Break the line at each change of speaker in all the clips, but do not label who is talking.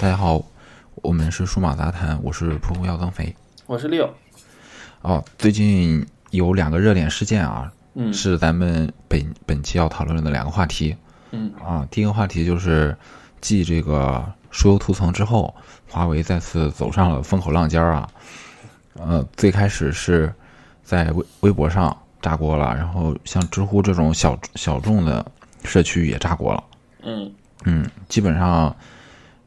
大家好，我们是数码杂谈，我是噗噗要增肥。
我是六，
哦，最近有两个热点事件啊，
嗯
是咱们本本期要讨论的两个话题
嗯
啊。第一个话题就是继这个输油涂层之后，华为再次走上了风口浪尖儿啊。呃，最开始是在微微博上炸锅了，然后像知乎这种小小众的社区也炸锅了。
嗯
嗯，基本上，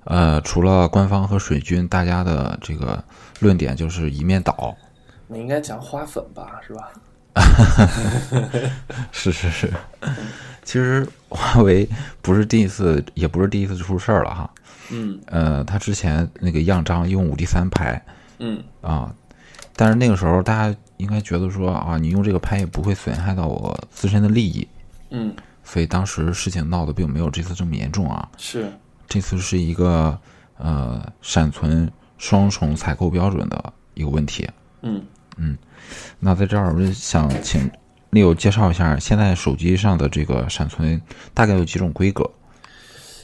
呃，除了官方和水军，大家的这个论点就是一面倒。
你应该讲花粉吧，是吧？
是是是， 其实华为不是第一次，也不是第一次出事儿了哈。
嗯
呃，他之前那个样张用五 D 三拍
嗯
啊，但是那个时候大家应该觉得说啊，你用这个拍也不会损害到我自身的利益，
嗯，
所以当时事情闹得并没有这次这么严重啊。
是
这次是一个呃闪存双重采购标准的一个问题。啊
嗯
那在这儿，我就想请六介绍一下，现在手机上的这个闪存大概有几种规格？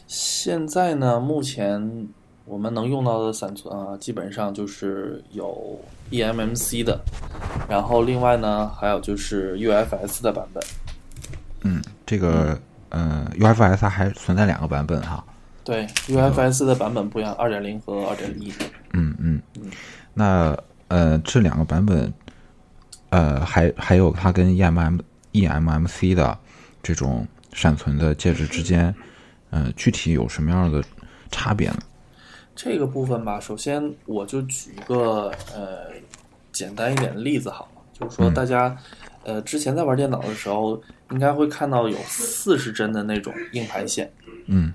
现在呢，目前我们能用到的闪存啊，基本上就是有 E eMMC 的，然后另外呢，还有就是 UFS 的版本。
嗯，这个嗯、呃、UFS 还存在两个版本哈。
对，UFS 的版本不一样，二点零和二点一。
嗯嗯，那呃这两个版本，呃还还有它跟 E EMM EMMC 的这种闪存的介质之间，呃具体有什么样的差别呢？
这个部分吧，首先我就举一个呃简单一点的例子好了，就是
嗯
说大家、呃之前在玩电脑的时候，应该会看到有四十帧的那种硬盘线，
嗯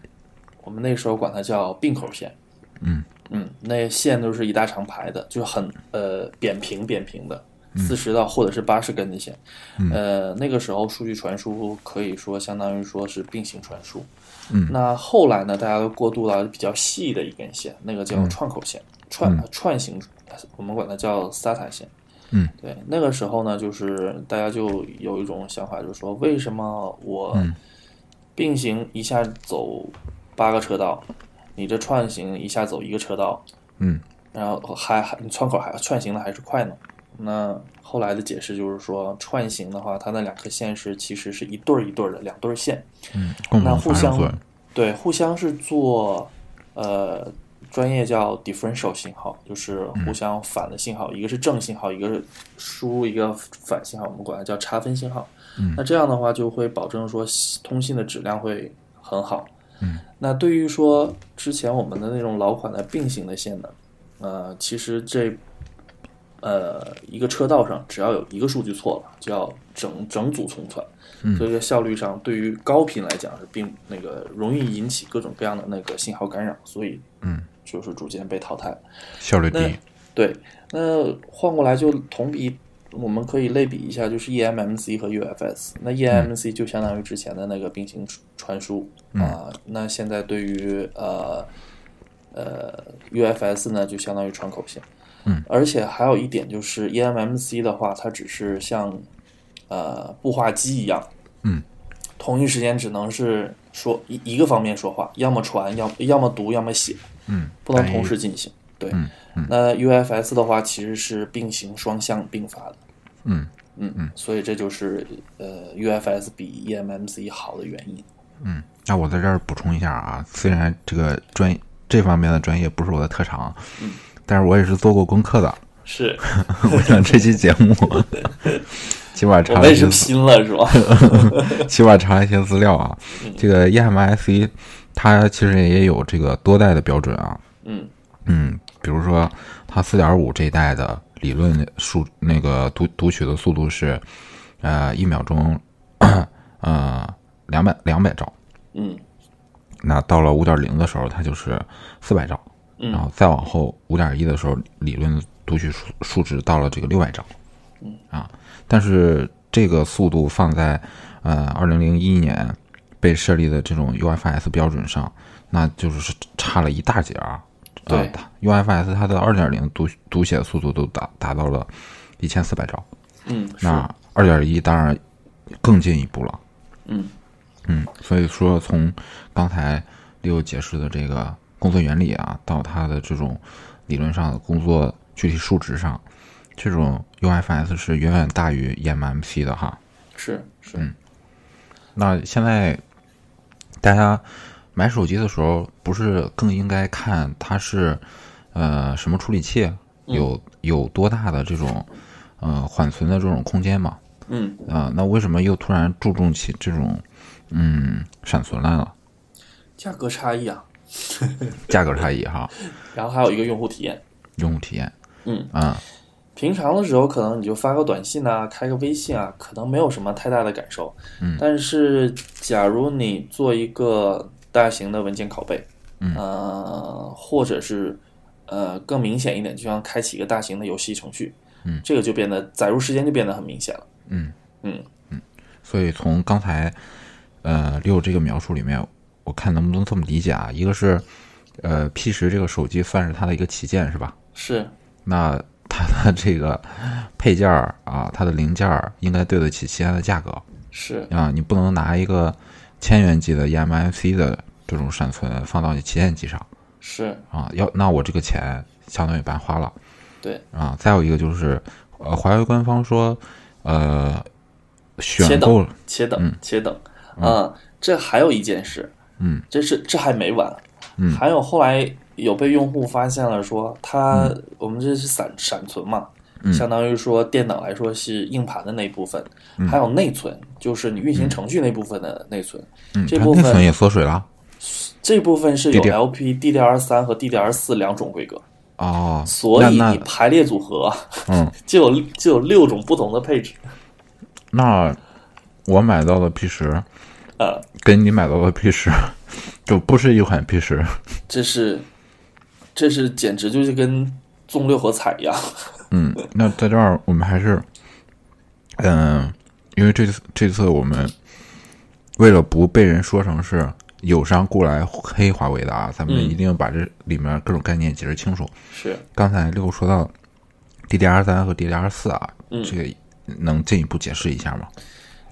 我们那时候管它叫并口线。
嗯
嗯，那线都是一大长排的，就很呃扁平扁平的，
嗯
四十到或者是八十根的线。呃，那个时候数据传输可以说相当于说是并行传输。
嗯
那后来呢，大家都过渡到比较细的一根线，那个
嗯
叫串口线，串呃串行，我们管它叫 SATA 线。
嗯，
对，那个时候呢，就是大家就有一种想法，就是说为什么我
嗯
并行一下走八个车道，你这串行一下走一个车道，
嗯
然后还还你窗口还串行的还是快呢？那后来的解释就是说，串行的话，它那两颗线是其实是一对儿一对儿的两对儿线，
嗯，共
那
同
互
发生
相
作用。
对，互相是做呃专业叫 differential 信号，就是
嗯
互相反的信号，一个是正信号，一个是输入一个反信号，我们管它叫差分信号。
嗯
那这样的话就会保证说通信的质量会很好。
嗯，
那对于说之前我们的那种老款的并行的线呢，呃，其实这呃一个车道上只要有一个数据错了，就要整整组重传。所以在效率上，对于高频来讲是并那个容易引起各种各样的那个信号干扰，所以
嗯，
就是逐渐被淘汰了。
效率
那
低。
对，那换过来就同比，我们可以类比一下，就是 E eMMC 和 UFS。那 E eMMC 就相当于之前的那个并行传输
嗯
啊、那现在对于呃呃 UFS 呢，就相当于窗口线。
嗯，
而且还有一点就是 E eMMC 的话，它只是像呃步话机一样，
嗯，
同一时间只能是说一一个方面说话，要么传，要要么读，要么写，
嗯，
不能
单一
同时进行。对，
嗯嗯
那 UFS 的话其实是并行双向并发的，
嗯
嗯嗯，所以这就是呃 UFS 比 eMMC 好的原因。
嗯，那我在这儿补充一下啊，虽然这个专这方面的专业不是我的特长，
嗯
但是我也是做过功课的。
是
我想这期节目，起码查
我
了
也
一
是
些，
拼了是吧？
起码查了一些资料啊。
嗯
这个 EMSC 它其实也有这个多代的标准啊，
嗯
嗯，比如说它四点五这一代的理论数那个读读取的速度是，呃，一秒钟， 呃，两百两百兆。
嗯
那到了五点零的时候，它就是四百兆，然
嗯
后再往后五点一的时候，理论读取数数值到了这个六百兆，
嗯
啊，但是这个速度放在呃二零零一年被设立的这种 UFS 标准上，那就是差了一大截儿啊。呃
对
它，UFS 它的二点零读读写速度都达达到了一千四百兆，
嗯，是
那二点一当然更进一步了。
嗯
嗯，所以说从刚才六解释的这个工作原理啊，到它的这种理论上的工作具体数值上，这种 UFS 是远远大于 EMMC 的哈。
是是，
那现在大家买手机的时候，不是更应该看它是呃什么处理器，有有多大的这种呃缓存的这种空间吗？
嗯，
啊、那为什么又突然注重起这种嗯闪存来了？
价格差异啊，
价格差异哈，
然后还有一个用户体验。
用户体验，
嗯
啊、
平常的时候，可能你就发个短信啊，开个微信啊，可能没有什么太大的感受。嗯，但是假如你做一个大型的文件拷贝，嗯，呃，或者是呃更明显一点，就像开启一个大型的游戏程序，嗯，这个就变得载入时间就变得很明显了。
嗯
嗯，
所以从刚才呃六这个描述里面，我看能不能这么理解啊？一个是呃 P 十这个手机算是它的一个旗舰是吧？
是
那它的 这个配件儿啊，它的零件儿应该对得起其他的价格
是，
啊，你不能拿一个千元级的 E eMMC 的这种闪存放到你旗舰机上
是
啊，要那我这个钱相当于白花了。
对，
啊，再有一个就是，呃，华为官方说，呃，
切
选
等
购
且等，且等，啊，这还有一件事，
嗯，
这是这还没完，嗯，还有后来有被用户发现了说，它
嗯
我们这是闪闪存嘛，相当于说电脑来说是硬盘的那一部分，
嗯
还有内存，就是你运行程序那部分的内存，
嗯，
这
它
部
内存
分
也缩水了。
这部分是有
DDR
LP、DDR 三和 DDR 四两种规格，
哦，
所以
那
你
那
排列组合啊
嗯，
就有就有六种不同的配置，
那我买到的 P 十
呃，
跟你买到的 P 十 就不是一款 P 十。
这是这是简直就是跟中六合彩一样。
嗯，那在这儿我们还是，嗯、因为这次这次我们为了不被人说成是友商过来黑华为的啊，咱们
嗯
一定要把这里面各种概念解释清楚。
是，
刚才六说到 DDR 三和 DDR 四啊，
嗯
这个能进一步解释一下吗？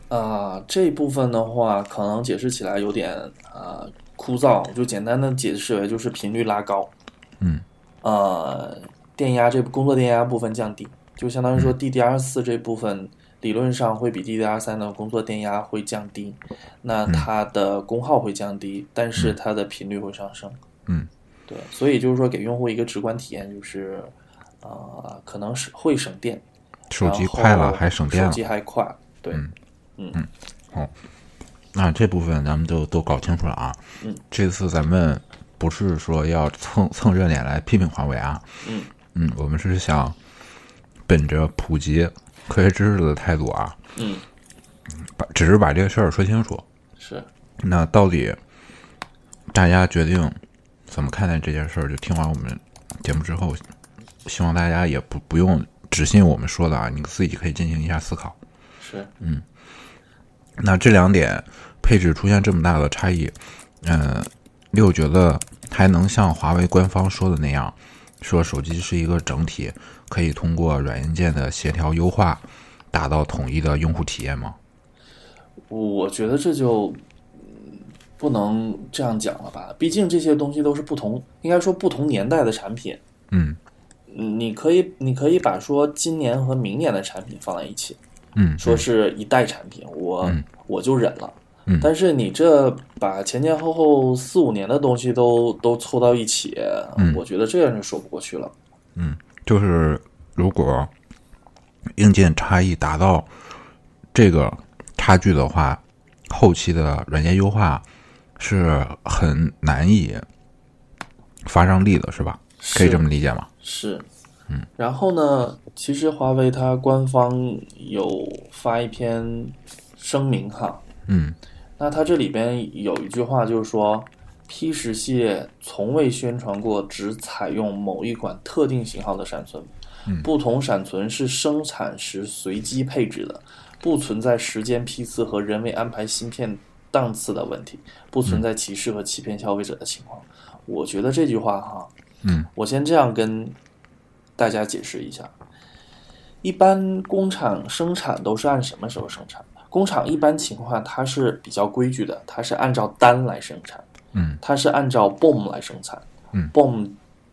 啊、这部分的话，可能解释起来有点啊、呃枯燥，就简单的解释为就是频率拉高，
嗯，
呃，电压这工作电压部分降低，就相当于
嗯
说 DDR 四这部分理论上会比 DDR 三的工作电压会降低，那
嗯
它的功耗会降低，但是它的频率会上升，
嗯，
对，所以就是说给用户一个直观体验就是，啊，可能是会省电，
手机
然后
快了还省电
手
了，嗯
机还快，对，
那这部分咱们就都搞清楚了啊。
嗯，
这次咱们不是说要蹭蹭热点来批评华为啊。
嗯
嗯，我们是想本着普及科学知识的态度啊，
嗯，
把只是把这个事儿说清楚。
是。
那到底大家决定怎么看待这件事儿，就听完我们节目之后，希望大家也不不用只信我们说的啊，你自己可以进行一下思考。
是，
那这两点配置出现这么大的差异，嗯、六觉得还能像华为官方说的那样，说手机是一个整体，可以通过软硬件的协调优化，达到统一的用户体验吗？
我觉得这就嗯不能这样讲了吧？毕竟这些东西都是不同，应该说不同年代的产品。
嗯
嗯你可以，你可以把说今年和明年的产品放在一起，
嗯，
说是一代产品，我、我就忍了。
嗯
但是你这把前前后后四五年的东西都都凑到一起，
嗯
我觉得这样就说不过去了。
就是如果硬件差异达到这个差距的话，后期的软件优化是很难以发上力的，是吧？可以
是
这么理解吗？
是，嗯，然后呢，其实华为它官方有发一篇声明哈，
嗯，
那它这里边有一句话就是说，P 十系列从未宣传过只采用某一款特定型号的闪存，不同闪存是生产时随机配置的，不存在时间批次和人为安排芯片档次的问题，不存在歧视和欺骗消费者的情况。我觉得这句话哈，
嗯，
我先这样跟大家解释一下。一般工厂生产都是按什么时候生产？工厂一般情况下它是比较规矩的，它是按照单来生产，
嗯，
它是按照 BOM 来生产，
嗯
，BOM，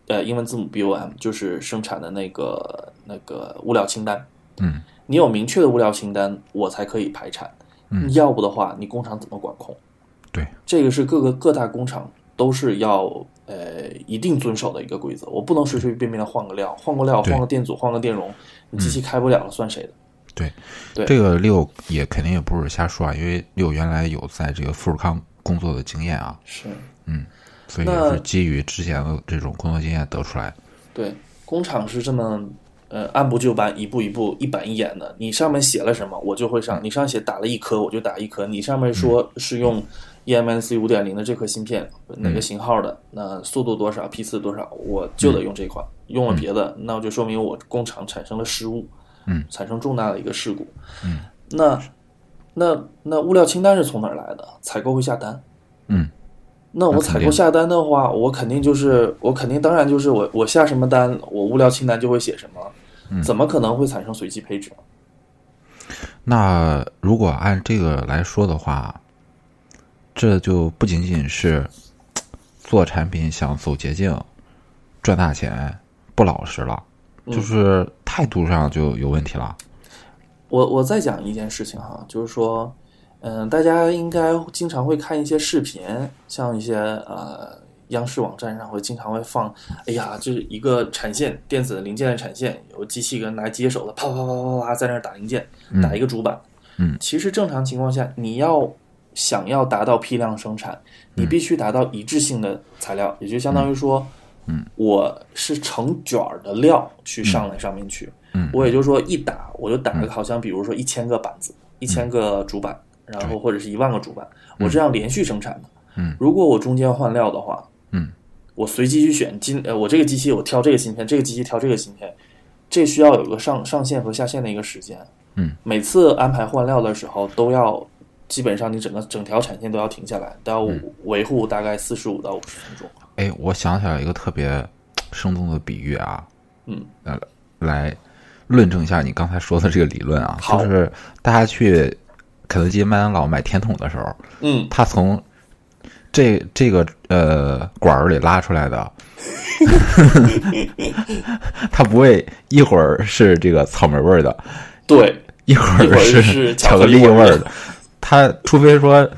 呃，英文字母 BOM 就是生产的那个那个物料清单。
嗯，
你有明确的物料清单，我才可以排产。
嗯
要不的话，你工厂怎么管控？
对，
这个是各个各大工厂都是要呃一定遵守的一个规则。我不能随随便便的换个料，换个料，
对嗯
换个电阻，换个电容，你机器开不了了，算谁的？
对，
对
这个六也肯定也不是瞎说啊，因为六原来有在这个富士康工作的经验啊，
是，
所以也
那
是基于之前的这种工作经验得出来的。
对，工厂是这么，呃，按部就班，一步一步，一板一眼的。你上面写了什么，我就会上；你上面写打了一颗，我就打一颗；你上面说是用 E eMMC 五点零的这颗芯片，哪个型号的，那速度多少，批次多少，我就得用这款。用了别的，那就说明我工厂产生了失误，
嗯，
产生重大的一个事故。嗯，那那那物料清单是从哪儿来的？采购会下单。
嗯，
那
那
我
肯
采购
定
下单的话，我肯定就是我肯定当然就是我我下什么单，我物料清单就会写什么，怎么可能会产生随机配置？
那如果按这个来说的话，这就不仅仅是做产品想走捷径、赚大钱不老实了，就是
嗯
态度上就有问题了。
我我再讲一件事情哈，就是说，嗯、大家应该经常会看一些视频，像一些呃央视网站上会经常会放，哎呀，就是一个产线电子零件的产线，有个机器人拿接手的，啪啪啪啪啪啪在那儿打零件，打一个主板。
嗯
其实正常情况下，你要想要达到批量生产，你必须达到一致性的材料，也就相当于说，嗯，我是成卷儿的料去上来上面去。
嗯
我也就是说一打我就打个好像比如说一千个板子，一
嗯
千个主板，然后或者是一万个主板，我这样连续生产的。
嗯，
如果我中间换料的话，
嗯，
我随机去选今呃我这个机器我挑这个芯片，这个机器挑这个芯片，这需要有个上上线和下线的一个时间。
嗯，
每次安排换料的时候都要。基本上你整个整条产线都要停下来，
嗯
都要维护大概四十五到五十分钟。
哎，我想起来一个特别生动的比喻啊，
嗯，
呃，来论证一下你刚才说的这个理论啊，
好
就是大家去肯德基、麦当劳买甜筒的时候，
嗯，
他从这这个呃管儿里拉出来 的，他不会一会儿是这个草莓味儿的，
对，
一会
一会
儿
儿
是
是
巧
巧
克
克
力
力
味
味
儿
儿
的。他除非说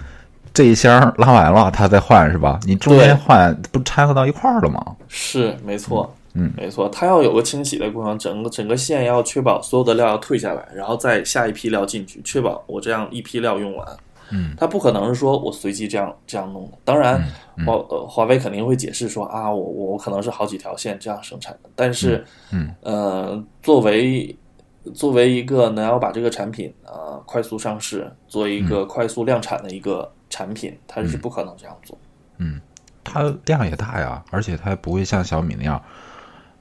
这一箱拉完了，他再换是吧？你中
对
间换不掺和到一块儿了吗？
是没错，
嗯，
没错，它要有个清洗的过程，整个整个线要确保所有的料要退下来，然后再下一批料进去，确保我这样一批料用完。
嗯，
它不可能是说我随机这样这样弄的。当然，
嗯
华呃华为肯定会解释说啊，我我我可能是好几条线这样生产的，但是，
嗯
呃，作为作为一个能要把这个产品啊、呃快速上市，做一
嗯
个快速量产的一个产品，它是不可能这样做。
它量也大呀，而且它不会像小米那样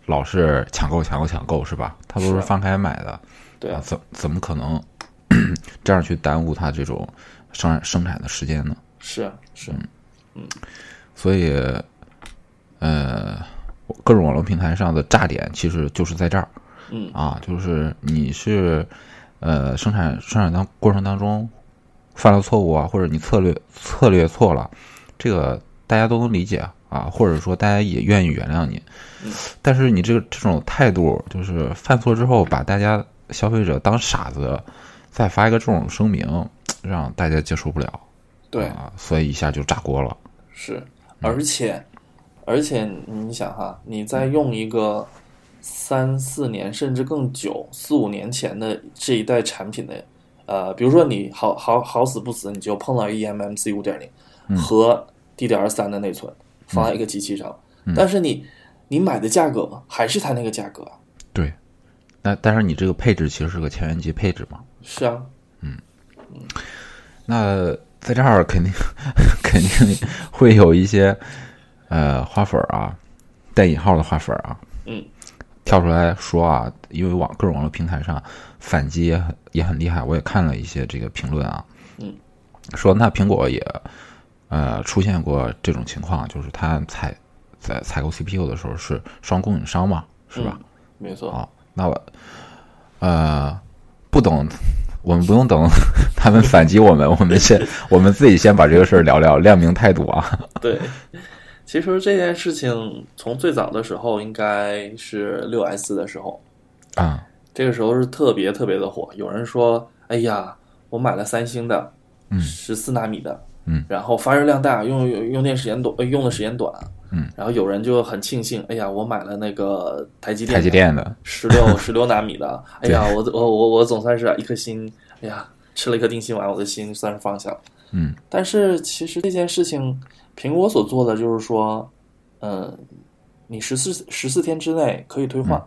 老是抢购、抢购、抢购是吧？它都
是
是
啊
翻开买的，
对啊
啊，怎怎么可能 这样去耽误它这种生产生产的时间呢？
是啊是
嗯
啊，
所以，呃，各种网络平台上的炸点其实就是在这儿
嗯
啊，就是你是呃生产生产当过程当中犯了错误啊，或者你策略策略错了，这个大家都能理解啊，或者说大家也愿意原谅你，但是你这个这种态度，就是犯错之后把大家消费者当傻子，再发一个这种声明，让大家接受不了。
对。
啊，所以一下就炸锅了。
是，而且，而且你想哈，你在用一个三四年甚至更久、四五年前的这一代产品的，呃，比如说你好好好死不死你就碰到 eMMC 五点零和 DDR 三的内存放在一个机器上，但是你你买的价格还是它那个价格啊，
对，那但是你这个配置其实是个千元级配置嘛，
是啊，
那在这儿肯定 肯定会有一些呃花粉儿啊，带引号的花粉儿啊，
嗯，
跳出来说啊，因为网各种网络平台上反击也很也很厉害，我也看了一些这个评论啊，
嗯，
说那苹果也呃出现过这种情况，就是它采在采购 CPU 的时候是双供应商嘛，是吧？
嗯没错，
好，那我呃不懂，我们不用等他们反击我们，我们先我们自己先把这个事儿聊聊，亮明态度啊。
对， 其实这件事情从最早的时候，应该是六 S 的时候，
啊，
这个时候是特别特别的火。有人说：“哎呀，我买了三星的，
嗯
十四纳米的，
嗯，
然后发热量大，用用用电时间短，呃用的时间短，
嗯，
然后有人就很庆幸，哎呀，我买了那个台积电，
台积电的，
十六十六纳米 的，哎
对
呀，我我我我总算是一颗心，哎呀，吃了一颗定心丸，我的心算是放下了。
嗯
但是其实这件事情，苹果所做的就是说，嗯，你十四十四天之内可以退换，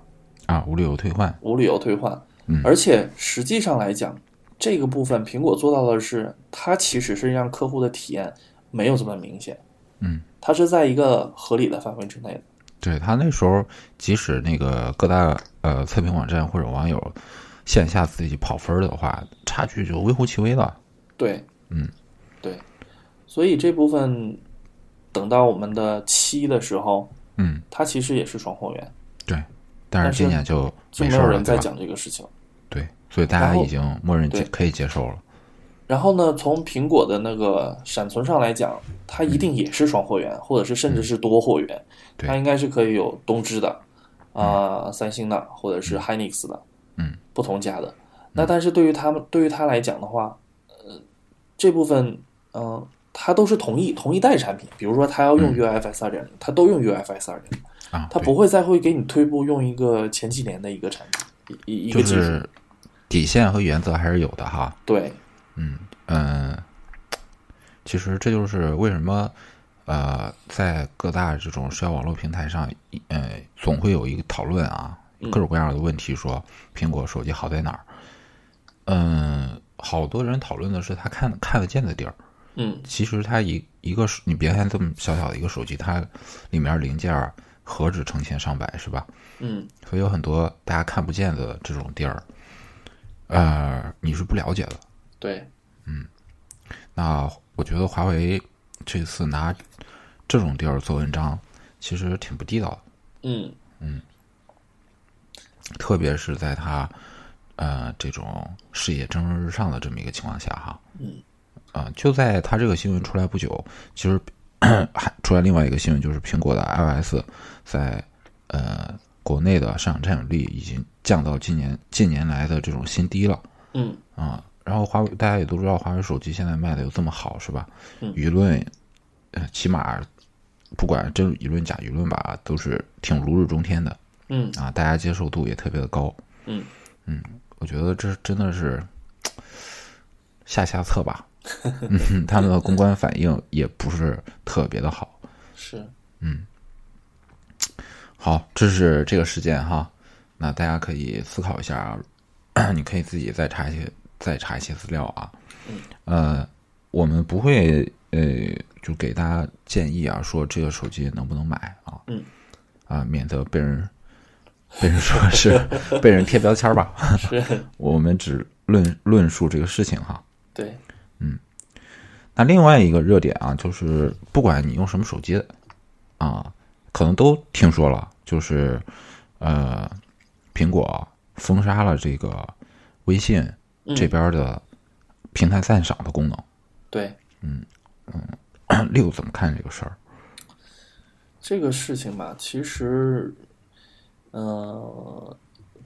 啊，无理由退换，
无理由退换。
嗯
而且实际上来讲，这个部分苹果做到的是，它其实是让客户的体验没有这么明显，
嗯，
它是在一个合理的范围之内的。
对他那时候，即使那个各大呃测评网站或者网友线下自己跑分儿的话，差距就微乎其微了。
对，
嗯，
对，所以这部分等到我们的七的时候，
嗯，
它其实也是双货源，
对。但
但
是
是
今年就
就
没
没
事
有
儿了，
人
对
再
吧？
讲这个事情了。
对，所以大家
然后
已经默认接
对
可以接受了。
然后呢，从苹果的那个闪存上来讲，它一定也是双货源，或者是甚至是多货源，
对
它应该是可以有东芝的，啊、三星的，或者是 Hynix 的，
嗯，
不同家的。那但是对于他们，对于它来讲的话，呃，这部分，嗯、它都是同一同一代产品，比如说它要用 UFS 二点零，它都用 UFS 二点零，
啊，
它
嗯对
不会再会给你推步用一个前几年的一个产品，一一一个
就
技术，
是底线和原则还是有的哈。
对，
嗯嗯，其实这就是为什么呃，在各大这种社交网络平台上，一呃，总会有一个讨论啊，
嗯
各种各样的问题说，苹果手机好在哪儿？嗯，好多人讨论的是他看看得见的地儿。
嗯，
其实它一一个手，你别看这么小小的一个手机，它里面零件儿何止成千上百，是吧？
嗯，
所以有很多大家看不见的这种地儿，呃，你是不了解的。
对，
那我觉得华为这次拿这种地儿做文章，其实挺不地道的，
嗯，
特别是在它呃这种事业蒸蒸日上的这么一个情况下哈。
嗯。
啊、就在它这个新闻出来不久，其实 还出来另外一个新闻，就是苹果的 iOS 在呃国内的市场占有率已经降到今年近年来的这种新低了。
嗯，
啊，然后华为大家也都知道，华为手机现在卖的有这么好，是吧？
嗯
舆论，呃，起码不管真舆论假舆论吧，都是挺如日中天的
嗯。
啊，大家接受度也特别的高。
嗯
嗯我觉得这真的是下下策 吧。嗯哼，他们的公关反应也不是特别的好。
是，
好，这是这个事件哈，那大家可以思考一下啊， 你可以自己再查一些，再查一些资料啊。
嗯
呃，我们不会呃，就给大家建议啊，说这个手机能不能买啊？
嗯，
啊，免得被人 被人说是 被人贴标签儿吧。
是，
我们只论论述这个事情哈。
对，
那另外一个热点啊，就是不管你用什么手机啊，可能都听说了，就是呃，苹果啊封杀了这个微信
嗯
这边的平台赞赏的功能。嗯
对，
六怎么看这个事儿？
这个事情吧，其实，呃，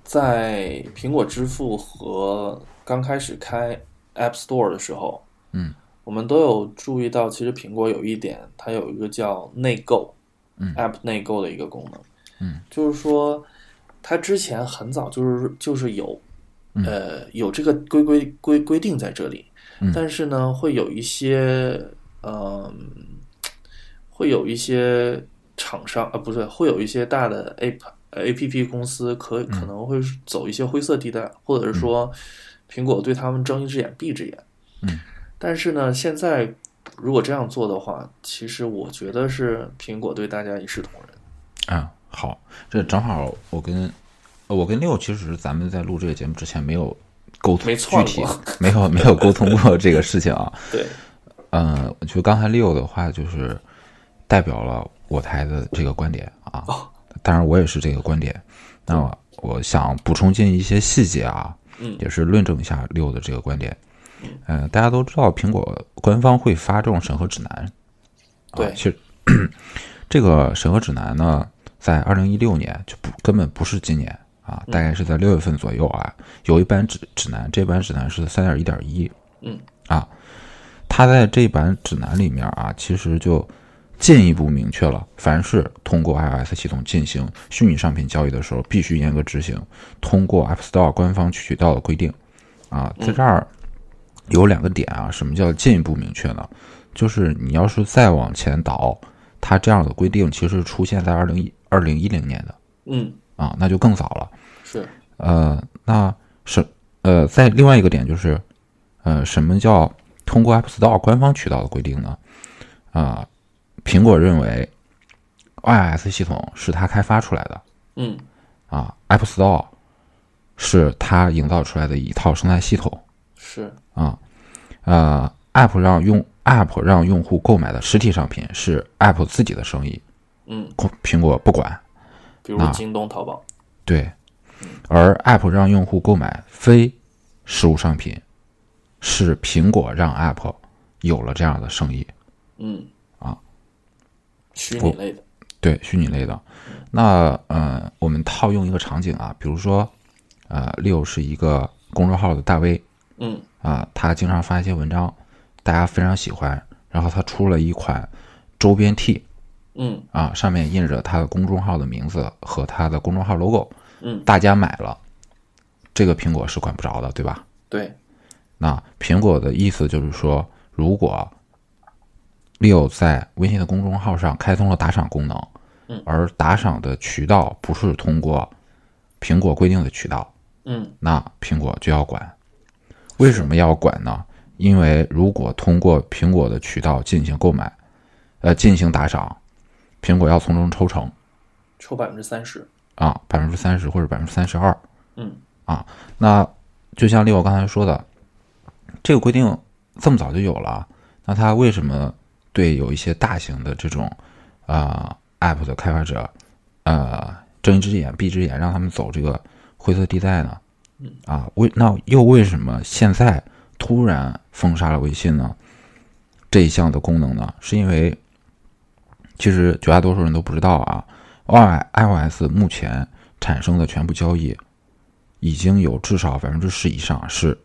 在苹果支付和刚开始开 App Store 的时候，
嗯，
我们都有注意到，其实苹果有一点，它有一个叫内购，
嗯
，App 内购的一个功能，
嗯，
就是说，它之前很早就是就是有，
嗯
呃，有这个规规规规定在这里，
嗯
但是呢，会有一些，嗯、会有一些厂商啊，不是，会有一些大的 A P 呃 A P P 公司可
嗯
可能会走一些灰色地带，或者是说苹果对他们睁一只眼闭一只眼。
嗯，
但是呢，现在如果这样做的话，其实我觉得是苹果对大家一视同仁。
啊，好，这正好我跟呃我跟六，其实咱们在录这个节目之前没有沟通，
没错
具体
过
没有没有沟通过这个事情啊。
对，
嗯，我觉得刚才 Leo 的话就是代表了我台的这个观点啊，当然我也是这个观点。那我我想补充进一些细节啊，
嗯
也是论证一下 Leo 的这个观点。嗯、大家都知道苹果官方会发这种审核指南，啊
对
其实 这个审核指南呢，在二零一六年就不根本不是今年啊，
嗯
大概是在六月份左右啊，有一版指指南，这版指南是三点一点一，
嗯
啊，它在这版指南里面啊，其实就进一步明确了，凡是通过 iOS 系统进行虚拟商品交易的时候，必须严格执行通过 App Store 官方渠道的规定啊，
嗯
在这儿有两个点啊，什么叫进一步明确呢？就是你要是再往前倒，它这样的规定其实出现在二零一二零一零年的
嗯，
啊，那就更早了。
是，
呃，那是呃，在另外一个点就是，呃，什么叫通过 App Store 官方渠道的规定呢？啊、苹果认为 iOS 系统是它开发出来的
嗯
啊，App Store 是它营造出来的一套生态系统
是，
啊。呃，App 让用 App 让用户购买的实体商品是 App 自己的生意，
嗯，
苹果不管。
比如
啊
京东、淘宝，
对，而 App 让用户购买非实物商品，是苹果让 App 有了这样的生意，
嗯
啊，
虚拟类的，
对虚拟类的。那呃，我们套用一个场景啊，比如说，呃，六是一个公众号的大 V
嗯
啊、他经常发一些文章，大家非常喜欢，然后他出了一款周边 T
嗯
啊，上面印着他的公众号的名字和他的公众号 logo，
嗯，
大家买了，这个苹果是管不着的，对吧？
对，
那苹果的意思就是说，如果 Leo 在微信的公众号上开通了打赏功能，
嗯
而打赏的渠道不是通过苹果规定的渠道，
嗯
那苹果就要管。为什么要管呢？因为如果通过苹果的渠道进行购买，呃，进行打赏，苹果要从中抽成
抽百分之三十，
啊，百分之三十或者百分之三十二。
嗯
那就像利我刚才说的，这个规定这么早就有了啊，那他为什么对有一些大型的这种呃 App 的开发者呃睁一只眼闭一只眼，让他们走这个灰色地带呢？啊，为那又为什么现在突然封杀了微信呢？这一项的功能呢，是因为其实绝大多数人都不知道啊，i iOS 目前产生的全部交易，已经有至少百分之十以上是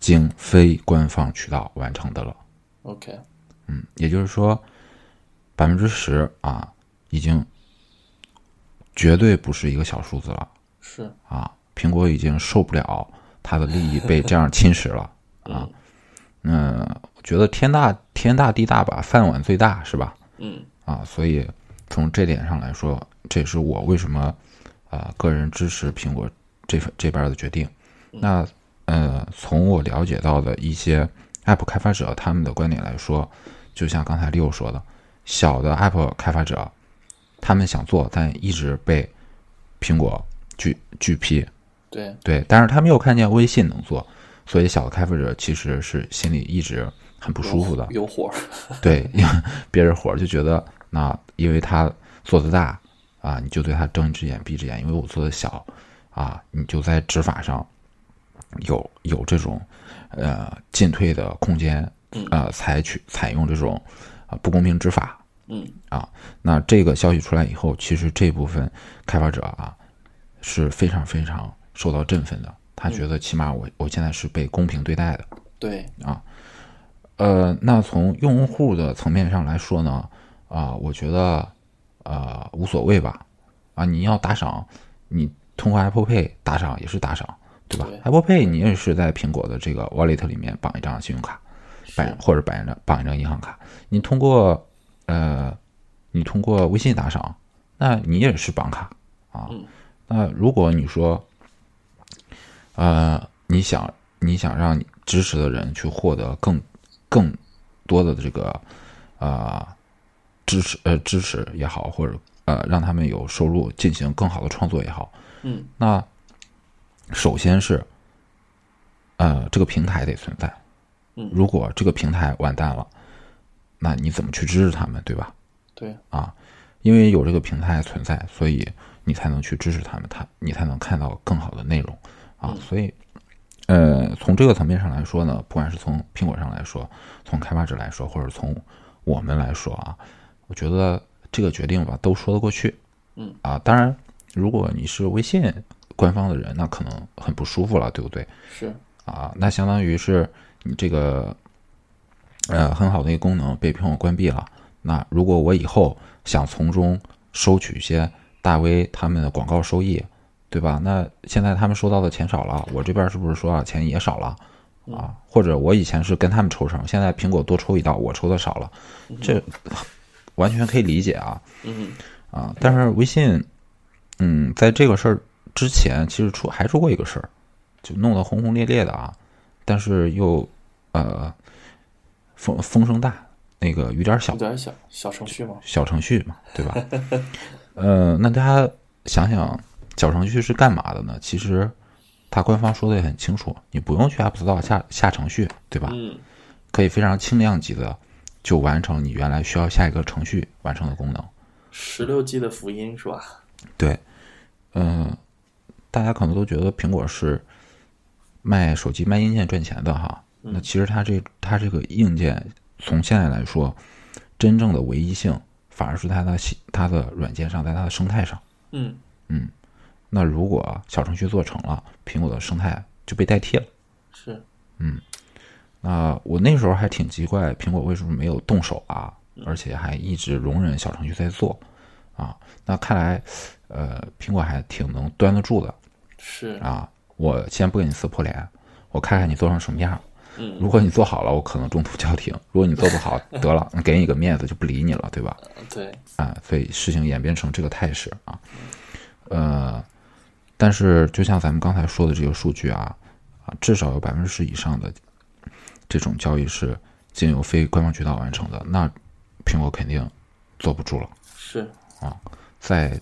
经非官方渠道完成的了。
，OK，
嗯，也就是说，百分之十啊，已经绝对不是一个小数字了
是，
啊！苹果已经受不了它的利益被这样侵蚀了。啊
嗯
嗯，我觉得天大天大地大吧，饭碗最大是吧？
嗯
啊，所以从这点上来说，这也是我为什么啊、呃个人支持苹果这份这边儿的决定。那呃，从我了解到的一些 App 开发者他们的观点来说，就像刚才六说的，小的 App 开发者他们想做，但一直被苹果拒拒批。
对，
对，但是他们又看见微信能做，所以小的开发者其实是心里一直很不舒服的。
有火，
对，因为 憋着火就觉得那因为他做的大啊，你就对他睁一只眼闭一只眼；因为我做的小啊，你就在执法上有有这种呃进退的空间
嗯，
呃，采取采用这种啊、不公平执法。
嗯
啊，那这个消息出来以后，其实这部分开发者啊是非常非常受到振奋的，他觉得起码我我现在是被公平对待的。
对，
呃，那从用户的层面上来说呢，啊、我觉得呃无所谓吧，啊，你要打赏，你通过 Apple Pay 打赏也是打赏，对吧
对
a p p l e Pay 你也是在苹果的这个 Wallet 里面绑一张信用卡，绑或者绑一张绑一张银行卡，你通过呃，你通过微信打赏，那你也是绑卡啊。
嗯
那如果你说，呃，你想你想让你支持的人去获得更更多的这个呃支持呃支持也好，或者呃让他们有收入进行更好的创作也好，
嗯，
那首先是呃这个平台得存在，
嗯
如果这个平台完蛋了，那你怎么去支持他们，对吧？
对，
因为有这个平台存在，所以你才能去支持他们，他你才能看到更好的内容啊。所以，呃，从这个层面上来说呢，不管是从苹果上来说，从开发者来说，或者从我们来说啊，我觉得这个决定吧都说得过去。
嗯
啊，当然，如果你是微信官方的人，那可能很不舒服了，对不对？
是
啊，那相当于是你这个呃很好的一个功能被苹果关闭了。那如果我以后想从中收取一些大 V 他们的广告收益，对吧？那现在他们收到的钱少了，我这边是不是收到的钱也少了啊？或者我以前是跟他们抽成，现在苹果多抽一道，我抽的少了，这完全可以理解啊。
嗯
啊，但是微信，嗯，在这个事儿之前，其实出还出过一个事儿，就弄得轰轰烈烈的啊，但是又呃风风声大，那个雨点儿小
有，点小小程序嘛，
小程序嘛，对吧？ 呃，那大家想想，小程序是干嘛的呢？其实它官方说的也很清楚，你不用去 App Store 下下程序，对吧？
嗯
可以非常轻量级的就完成你原来需要下一个程序完成的功能。
十六 G 的福音是吧？
对，嗯、大家可能都觉得苹果是卖手机、卖硬件赚钱的哈。那其实它这它这个硬件，从现在来说，真正的唯一性反而是它的系它的软件上，在它的生态上。
嗯
那如果小程序做成了，苹果的生态就被代替了。
是
那我那时候还挺奇怪，苹果为什么没有动手啊？而且还一直容忍小程序在做啊？那看来，呃，苹果还挺能端得住的。
是
啊，我先不跟你撕破脸，我看看你做成什么样。
嗯
如果你做好了，我可能中途叫停；如果你做不好，得了，给你个面子就不理你了，对吧？
对
啊，所以事情演变成这个态势啊。呃，但是就像咱们刚才说的这个数据啊，啊，至少有百分之十以上的这种交易是经由非官方渠道完成的，那苹果肯定坐不住了。
是
再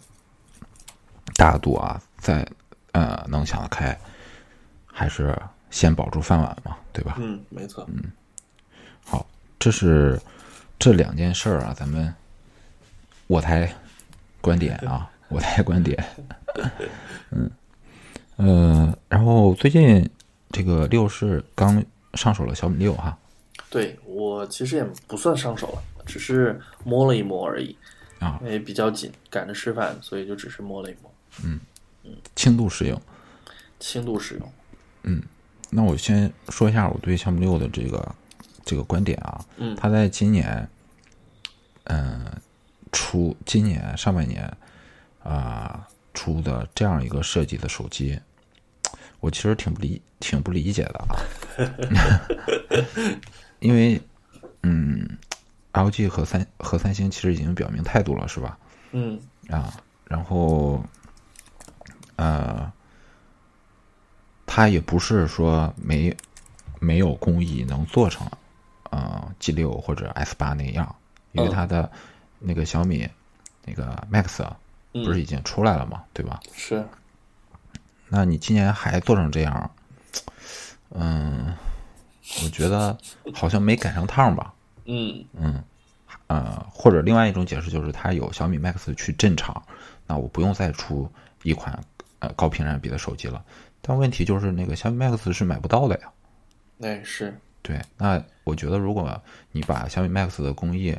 大度啊，再呃能想得开，还是先保住饭碗嘛，对吧？
嗯没错
这是这两件事儿啊，咱们我台观点啊，我台观点， 嗯呃，然后最近这个六是刚上手了小米六哈，
对我其实也不算上手了，只是摸了一摸而已
啊
因为比较紧，赶着吃饭，所以就只是摸了一摸，
轻度适应。
轻度使用。
那我先说一下我对小米六的这个这个观点啊，
嗯
它在今年，嗯、出今年上半年啊、出的这样一个设计的手机，我其实挺不理挺不理解的啊，因为嗯，LG 和三和三星其实已经表明态度了，是吧？
嗯
啊，然后，呃，它也不是说没没有工艺能做成，呃，G 六或者 S 八那样，因为
嗯
它的那个小米那个 Max 啊
嗯
不是已经出来了嘛，对吧？
是
那你今年还做成这样，嗯，我觉得好像没赶上趟吧。
嗯
呃，或者另外一种解释就是它有小米 Max 去镇场，那我不用再出一款呃高屏占比的手机了。但问题就是那个小米 Max 是买不到的呀。
那哎是
对，那我觉得如果你把小米 Max 的工艺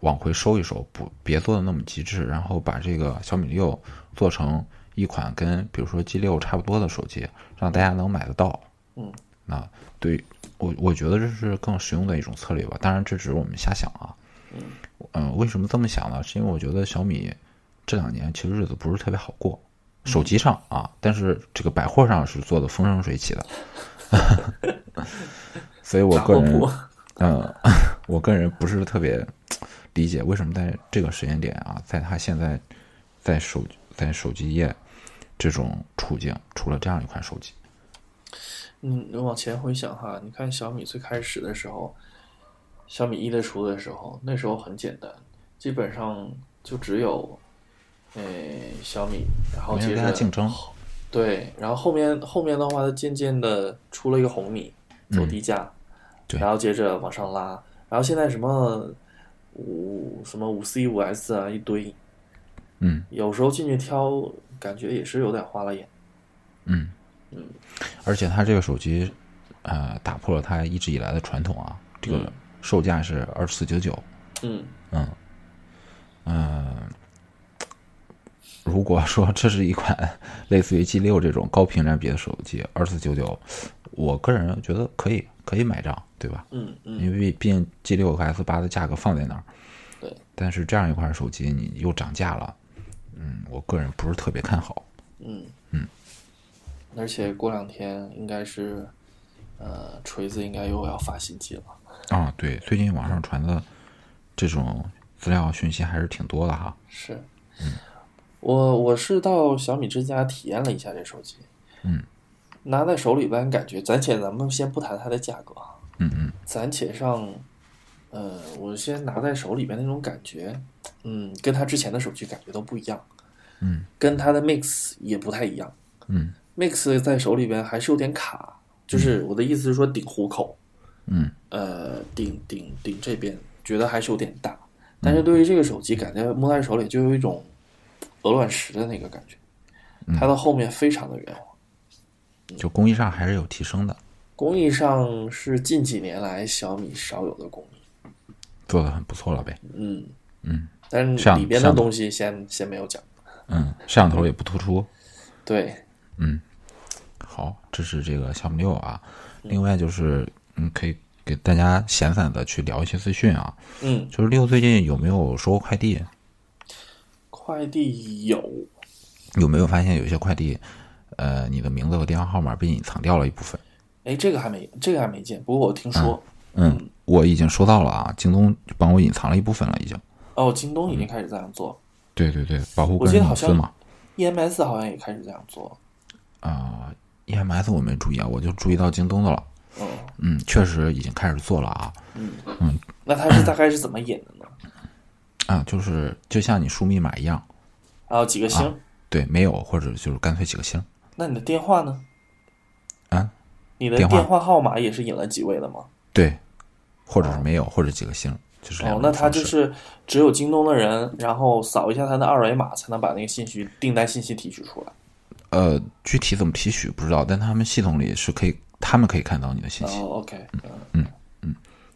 往回收一收，不别做的那么极致，然后把这个小米六做成一款跟比如说 G 六差不多的手机，让大家能买得到。
嗯，
那对我我觉得这是更实用的一种策略吧。当然，这只是我们瞎想啊。嗯、为什么这么想呢？是因为我觉得小米这两年其实日子不是特别好过，手机上啊，但是这个百货上是做的风生水起的。 所以我
杂
个
货
人
铺。
嗯， 我个人不是特别理解为什么在这个时间点啊，在他现在在手在手机业这种处境出了这样一款手机，
嗯，你往前回想哈，你看小米最开始的时候，小米一代出的时候，那时候很简单，基本上就只有，呃，小米，然后
没
接
人跟他
着
竞争。
对，然后后面后面的话，它渐渐的出了一个红米，走低价，
嗯对
然后接着往上拉，然后现在什么五什么五 C 五 S 啊一堆，
嗯，
有时候进去挑，感觉也是有点花了眼。
而且他这个手机，呃，打破了他一直以来的传统啊，这个售价是二四九九，
嗯，
嗯，如果说这是一款 类似于 G 六这种高屏占比的手机，二四九九，我个人觉得可以，可以买账，对吧？
嗯嗯，
因为毕竟 G 六和 S 八的价格放在那儿，
对。
但是这样一款手机你又涨价了，嗯，我个人不是特别看好。
嗯，而且过两天应该是，呃，锤子应该又要发新机了。
啊，对，最近网上传的这种资料讯息还是挺多的哈。
是，
嗯
我我是到小米之家体验了一下这手机，
嗯，
拿在手里边感觉，暂且咱们先不谈它的价格啊，
嗯嗯
暂且上，呃，我先拿在手里边那种感觉，嗯，跟它之前的手机感觉都不一样，
嗯，
跟它的 Mix 也不太一样
嗯
，Mix 在手里边还是有点卡，就是我的意思是说顶虎口，
嗯
呃，顶顶顶这边觉得还是有点大，但
嗯
是对于这个手机，感觉摸在手里就有一种鹅卵石的那个感觉，它的后面非常的圆滑。
嗯，就工艺上还是有提升的，
工艺上是近几年来小米少有的工艺，
做的很不错了呗。
嗯
嗯，
但是
像
里边的
像
东西先先没有讲。
嗯，摄像头也不突出。
对，
好，这是这个项目六啊。另外就是，嗯，可以给大家闲散的去聊一些资讯啊。
嗯，
就是六最近有没有收过快递？
快递有，
有没有发现有一些快递，呃，你的名字和电话号码被隐藏掉了一部分？
哎，这个还没这个还没见，不过我听说，
嗯，我已经收到了啊，京东帮我隐藏了一部分了，已经。
哦，京东已
嗯
经开始这样做了
对对对，保护
我
个
记
人
得好
隐私嘛。
，EMS 好像也开始这样做了，
啊、e m s 我没注意啊，我就注意到京东的了。
嗯。
嗯，确实已经开始做了啊。
那他 是大概是怎么引的呢？
啊，就是就像你输密码一样，
还有几个星？
对，没有或者就是干脆几个星。
那你的电话呢？
啊，
你的
电
电
话
话号码也是引了几位的吗？
对，或者是没有，或者几个星，就是两
哦
种，
那他
方
就
式
是只有京东的人，然后扫一下他的二维码，才能把那个信息订单信息提取出来。
呃，具体怎么提取不知道，但他们系统里是可以，他们可以看到你的信息。
哦，OK，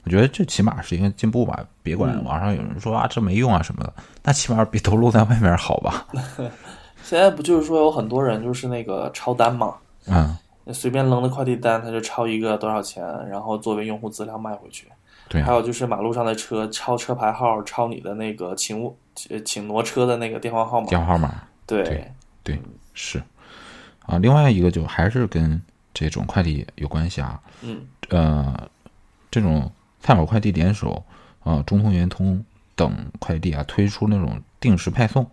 我觉得这起码是一个进步吧，别管
嗯
网上有人说啊这没用啊什么的，那起码比都露在外面好吧？
现在不就是说有很多人就是那个抄单嘛，
嗯，
随便扔的快递单，他就抄一个多少钱，然后作为用户资料卖回去。
对
还
啊，
有就是马路上的车抄车牌号，抄你的那个请我呃请挪车的那个电话号码。
电话号码
对
对，对是啊，另外一个就还是跟这种快递有关系啊，
嗯，
呃，这种菜鸟快递联手啊、呃中通、圆通等快递啊推出那种定时派送。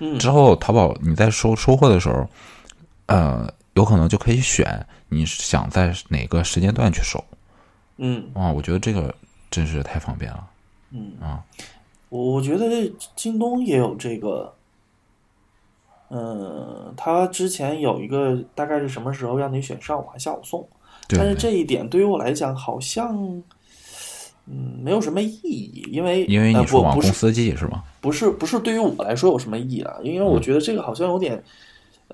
嗯
之后淘宝你在收收货的时候，呃，有可能就可以选你想在哪个时间段去收
嗯。
啊。我觉得这个真是太方便了。
我我觉得这京东也有这个，嗯，它之前有一个大概是什么时候让你选上午还下午送，
对
但是
对
这一点对于我来讲好像，嗯，没有什么意义，因为
因为
呃
你是
不
网
不
公
是
司机是吗？
不是不是对于我来说有什么意义啊，因为
嗯
我觉得这个好像有点，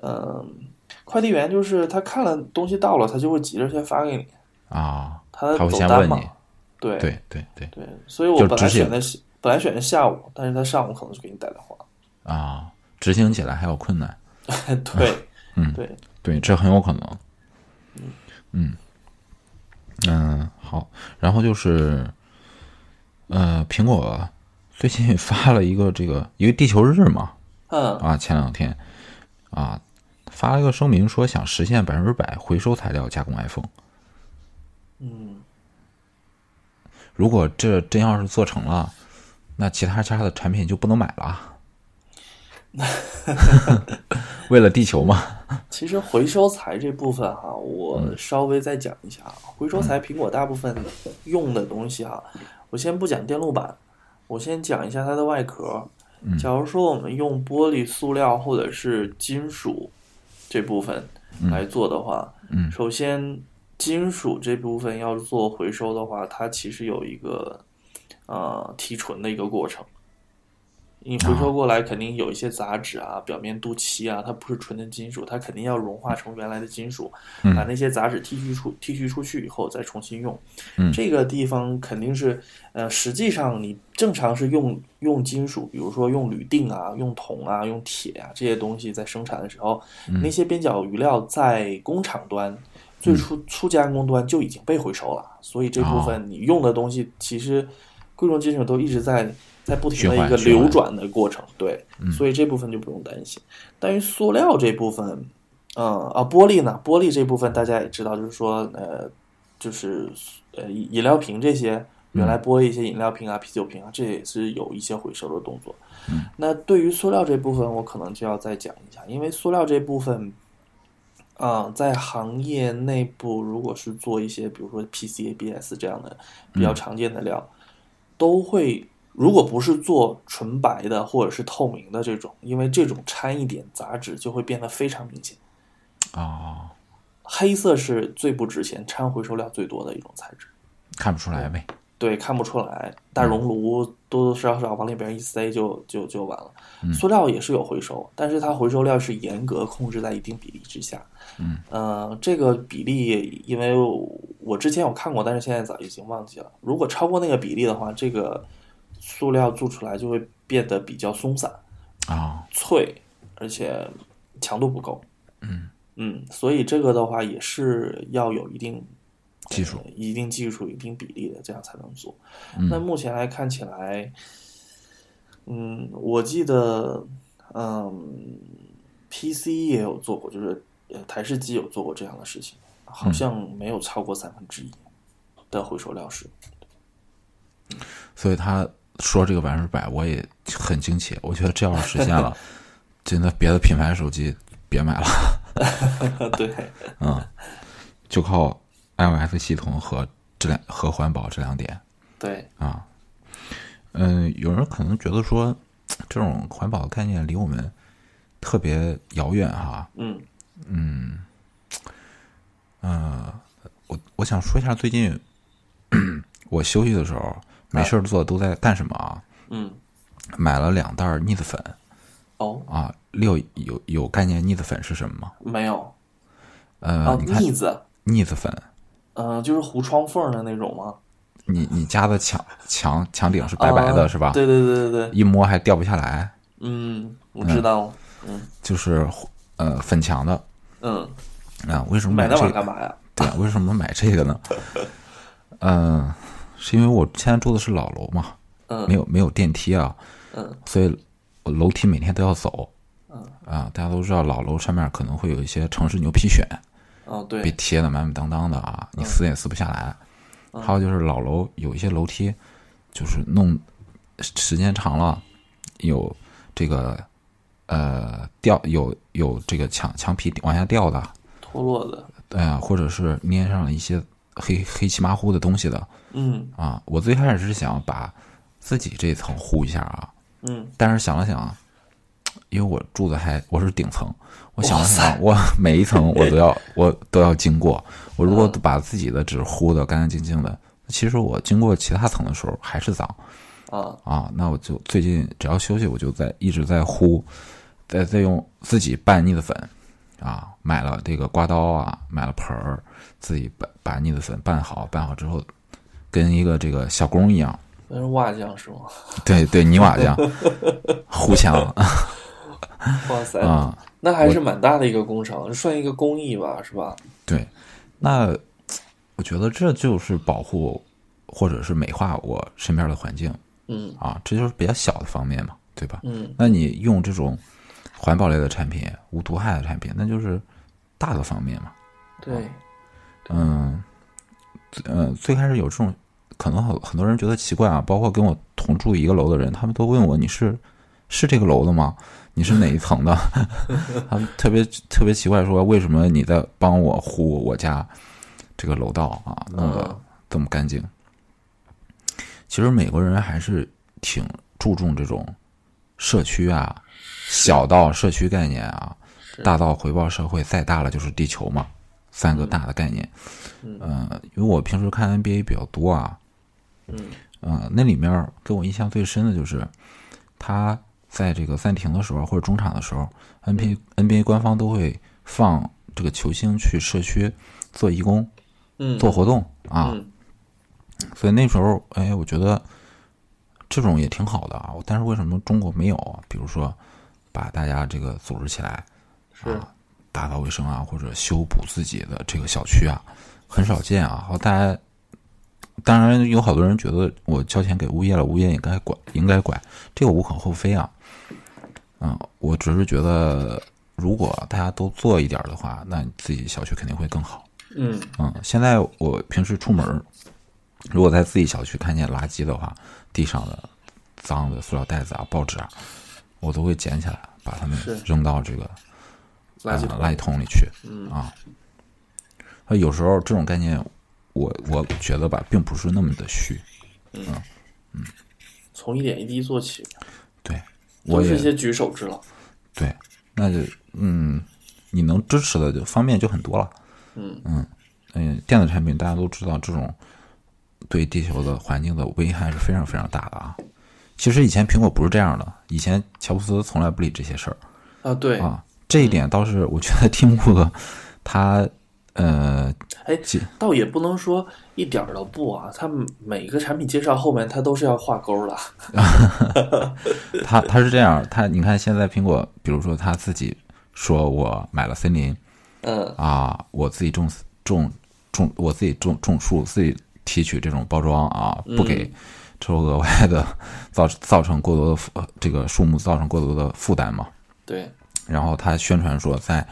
嗯、快递员就是他看了东西到了，他就会急着先发给你，
啊，
他
他会
走
先
呃单
问
嘛
你，
对
对对对
对，所以我
就
本
直
来
接
选的是本来选的下午，但是他上午可能就给你打电话。
啊，执行起来还有困难。
对，
嗯
对，
对，这很有可能。嗯嗯，好。然后就是，呃，苹果最近发了一个这个，因为地球日嘛，
嗯
啊，前两天啊发了一个声明，说想实现百分之百回收材料加工 iPhone。
嗯，
如果这真要是做成了，那其他家的产品就不能买了啊。 为了地球嘛，
其实回收材这部分哈，我稍微再讲一下啊。回收材，苹果大部分用的东西哈，我先不讲电路板，我先讲一下它的外壳。假如说我们用玻璃、塑料或者是金属这部分来做的话，
嗯
首先金属这部分要做回收的话，它其实有一个呃提纯的一个过程。你回
啊
收过来肯定有一些杂质啊，表面镀漆啊，它不是纯的金属，它肯定要融化成原来的金属，
嗯
把那些杂质剔去出剔去出去以后再重新用。
嗯
这个地方肯定是，呃，实际上你正常是用用金属，比如说用铝锭啊、用铜啊、用铁啊这些东西在生产的时候，
嗯
那些边角余料在工厂端。最初初加工端就已经被回收了，所以这
哦
部分你用的东西其实贵重金属都一直在在不停
循
的
环
一个
循环嗯
流转的过程，对，嗯啊所以这部分就不用担心。但是塑料这部分，嗯啊，玻璃呢？玻璃这部分大家也知道，就是说呃，就是呃饮饮料瓶这些，原来玻璃一些饮料瓶啊、啤酒瓶啊，这也是有一些回收的动作。
嗯
那对于塑料这部分，我可能就要再讲一下，因为塑料这部分。啊、在行业内部，如果是做一些，比如说 PCABS 这样的比
嗯
较常见的料，都会，如果不是做纯白的或者是透明的这种，因为这种掺一点杂质就会变得非常明显。
哦，
黑色是最不值钱、掺回收料最多的一种材质，
看不出来呗。
对，看不出来。大熔炉多多少少往里边一塞就就就完了。塑料也是有回收，但是它回收量是严格控制在一定比例之下。
嗯，
呃，这个比例，因为我之前有看过，但是现在早已经忘记了。如果超过那个比例的话，这个塑料做出来就会变得比较松散。
啊、
脆，而且强度不够。嗯所以这个的话也是要有一定
技术嗯
呃一定技术、一定比例的，这样才能做。那目前来看起来，嗯，我记得，嗯，PC 也有做过，就是呃台式机有做过这样的事情，
嗯
好像没有超过三分之一的回收料是。
所以他说这个百分之百，我也很惊奇。我觉得这要是实现了， 真的别的品牌手机别买了，
对，
就靠 iOS 系统和质量和环保这两点。
对，
啊，嗯，有人可能觉得说，这种环保的概念离我们特别遥远哈。
嗯
我我想说一下，最近我休息的时候没事儿做都在干什么啊？
嗯，
买了两袋儿腻子粉
哦，
啊，六有有概念腻子粉是什么吗？
没有
呃，
啊，
你看
腻子，
腻子粉，
嗯、就是糊窗缝儿的那种吗？
你你家的墙墙墙顶是白白的，
啊
是吧？
对对对对对，
一摸还掉不下来，
嗯，我知道，
就是呃粉墙的
嗯，
啊。为什么
买那
这
玩意
个
儿？干嘛呀？
对啊，为什么买这个呢？ 嗯、是因为我现在住的是老楼嘛，没
嗯
有没有电梯啊，
嗯
所以我楼梯每天都要走。啊，大家都知道老楼上面可能会有一些城市牛皮癣，
哦
被
对，嗯
贴的满满当当的啊，你撕也撕不下来。还有就是老楼有一些楼梯，就是弄时间长了，有这个呃掉有有这个墙墙皮往下掉的，
脱落的，
呃，或者是粘上了一些黑黑漆麻糊的东西的
嗯
啊。我最开始是想把自己这层糊一下啊，
嗯，
但是想了想，因为我住的还我是顶层，我想了
哇塞
想，我每一层我都 要我都要经过。我如果
嗯
把自己的纸糊的干干净净的，其实我经过其他层的时候还是脏
啊
啊。那我就最近只要休息，我就在一直在糊，在在用自己拌腻子粉。啊，买了这个刮刀啊，买了盆儿，自己把把腻子粉拌好，拌好之后，跟一个这个小工一样，
那是瓦匠是吗？
对对，泥瓦匠糊墙
哇塞，
啊，
那还是蛮大的一个工程，算一个工艺吧，是吧？
对，那我觉得这就是保护或者是美化我身边的环境
嗯
啊，这就是比较小的方面嘛，对吧？
嗯
那你用这种环保类的产品、无毒害的产品，那就是大的方面嘛。
对，
嗯，最呃，最开始有这种，可能很很多人觉得奇怪啊，包括跟我同住一个楼的人，他们都问我你是是这个楼的吗？你是哪一层的？ 他们特别特别奇怪，说为什么你在帮我糊我家这个楼道啊，弄得
嗯
这么干净？其实美国人还是挺注重这种社区啊，小到社区概念啊，
是
大到回报社会，再大了就是地球嘛，三个大的概念。
嗯
呃，因为我平时看 NBA 比较多啊，
嗯
呃，那里面给我印象最深的就是他在这个暂停的时候或者中场的时候，NBA
嗯
NBA 官方都会放这个球星去社区做义工、
嗯，
做活动啊。
嗯
所以那时候，哎，我觉得这种也挺好的啊。但是为什么中国没有啊？比如说，把大家这个组织起来，
是
打扫卫生啊，或者修补自己的这个小区啊，很少见啊。好，大家当然有好多人觉得我交钱给物业了，物业应该管，应该管，这个无可厚非啊。嗯，我只是觉得，如果大家都做一点儿的话，那你自己小区肯定会更好。
嗯
嗯，现在我平时出门儿，如果在自己小区看见垃圾的话，地上的脏的塑料袋子啊、报纸啊，我都会捡起来，把它们
是
扔到这个
垃圾
呃
桶，
垃圾桶里去。
嗯
啊，那有时候这种概念，我我觉得吧，并不是那么的虚。
从一点一滴做起，
对，我
都是
也
一些举手之劳。
对，那就嗯，你能支持的就方面就很多了。
嗯
嗯嗯，电子产品大家都知道，这种对地球的环境的危害是非常非常大的啊。其实以前苹果不是这样的，以前乔布斯从来不理这些事儿
啊，对，
啊。这一点倒是我觉得蒂姆·库克他呃
哎
几，
倒也不能说一点儿都不啊，它每个产品介绍后面它都是要画勾的。
他他是这样，他你看现在苹果，比如说他自己说我买了森林
嗯
啊，我自己种种种，我自己种种树，自己提取这种包装啊，不给 这种额外的造造成过多的负呃这个树木造成过多的负担嘛。
对，
然后他宣传说，在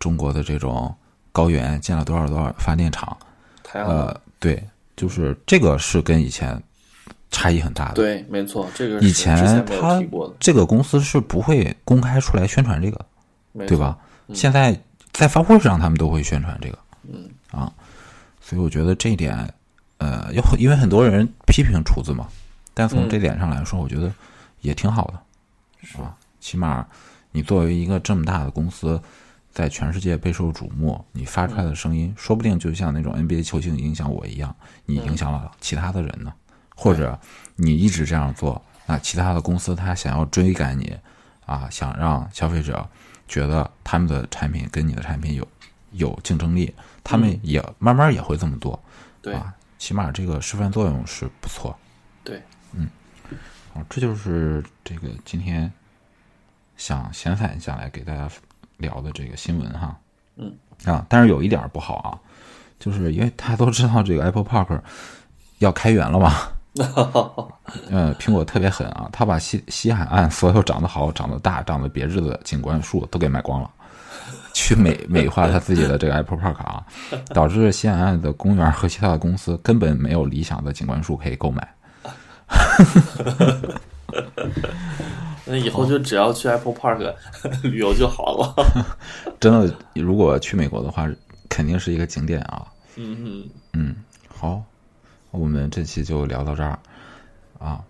中国的这种高原建了多少多少发电厂，
太好了。
呃，对，就是这个是跟以前差异很大的。
对，没错，这个是
以
之前没有
他
提过的，
这个公司是不会公开出来宣传这个的，
没
对
错？嗯
吧？现在在发布会上他们都会宣传这个，嗯啊，所以我觉得这一点，呃，要因为很多人批评厨子嘛，但从
嗯
这点上来说，我觉得也挺好的，啊，起码你作为一个这么大的公司，在全世界备受瞩目，你发出来的声音，
嗯
说不定就像那种 NBA 球星影响我一样，你影响了其他的人呢，或者你一直这样做，那其他的公司他想要追赶你，啊，想让消费者觉得他们的产品跟你的产品有有竞争力，他们也慢慢也会这么做，
对
啊，起码这个示范作用是不错。
对，
啊，这就是这个今天想闲散下来给大家聊的这个新闻哈。
嗯
啊，但是有一点儿不好啊，就是因为大家都知道这个 Apple Park 要开源 了嘛，呃，苹果特别狠啊，他把西西海岸所有长得好、长得大、长得别致的景观树都给买光了。去美美化他自己的这个 Apple Park 啊，导致西海岸的公园和其他的公司根本没有理想的景观树可以购买。
那以后就只要去 Apple Park 旅游就好了。
真的，如果去美国的话，肯定是一个景点啊。
嗯嗯，
好，我们这期就聊到这儿啊，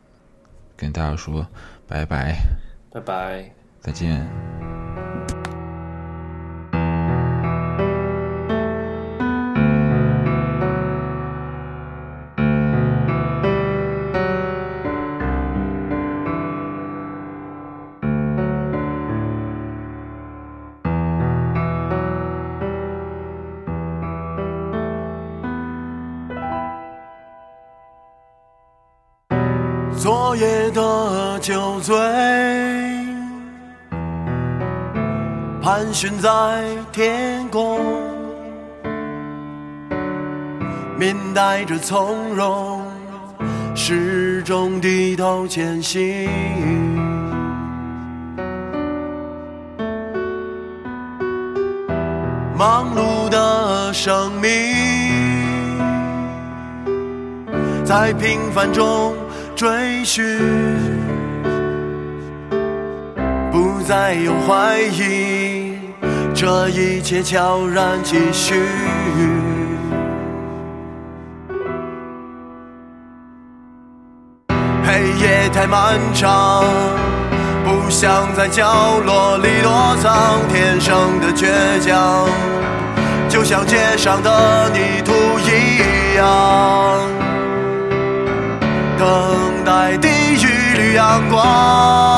跟大家说拜拜，
拜拜。
再见。
昨夜的酒醉，盘旋在天空，面带着从容，始终低头前行。忙碌的生命。在平凡中追寻，不再有怀疑，这一切悄然继续。黑夜太漫长，不想在角落里躲藏，天生的倔强，就像街上的泥土一样。等待第一缕阳光。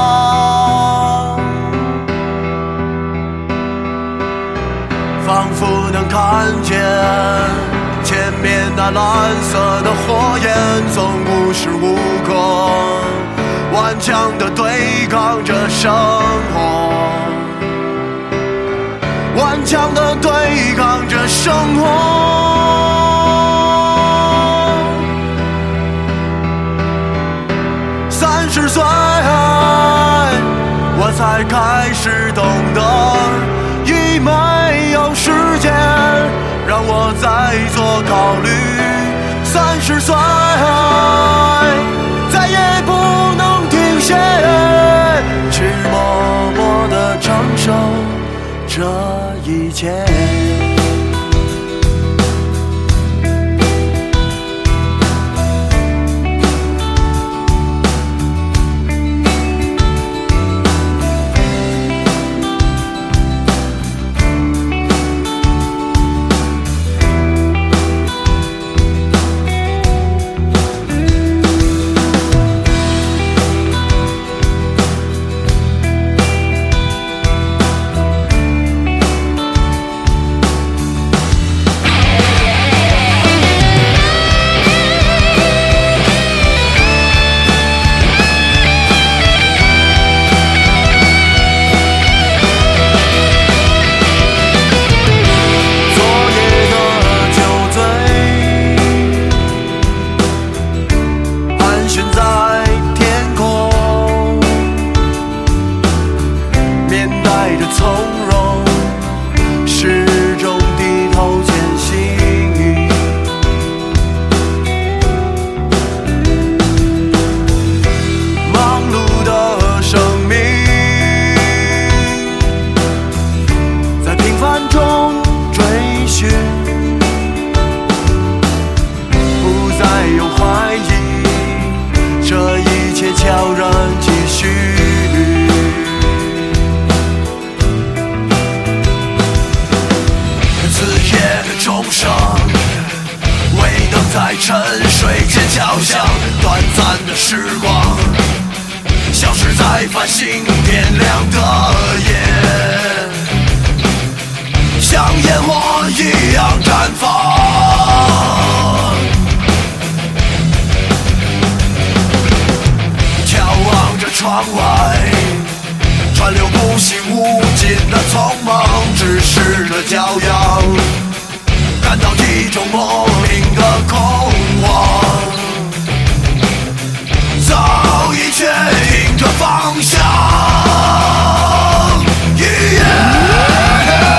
那蓝色的火焰总无时无刻顽强地对抗着生活，顽强地对抗着生活。三十岁，我才开始懂得，已没有时间让我再做考虑。三十岁，再也不能停歇，去默默地承受这一切。昨夜的酒醉，盘旋在天空，面带着从容，始终低头前行。忙碌的生命。在平凡中追寻，不再有怀疑，这一切悄然继续。子夜的钟声，未能在沉睡间敲响，短暂的时光，消失在繁星点亮的夜。像烟火一样绽放。眺望着窗外，川流不息无尽的匆忙，只是的骄阳，感到一种莫名的恐慌，早已确定着方向。一夜。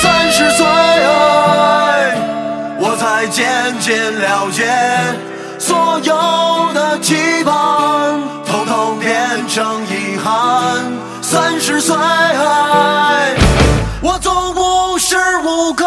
三十岁，我才渐渐了解，所有的期盼，统统变成遗憾。三十岁，我总无时无刻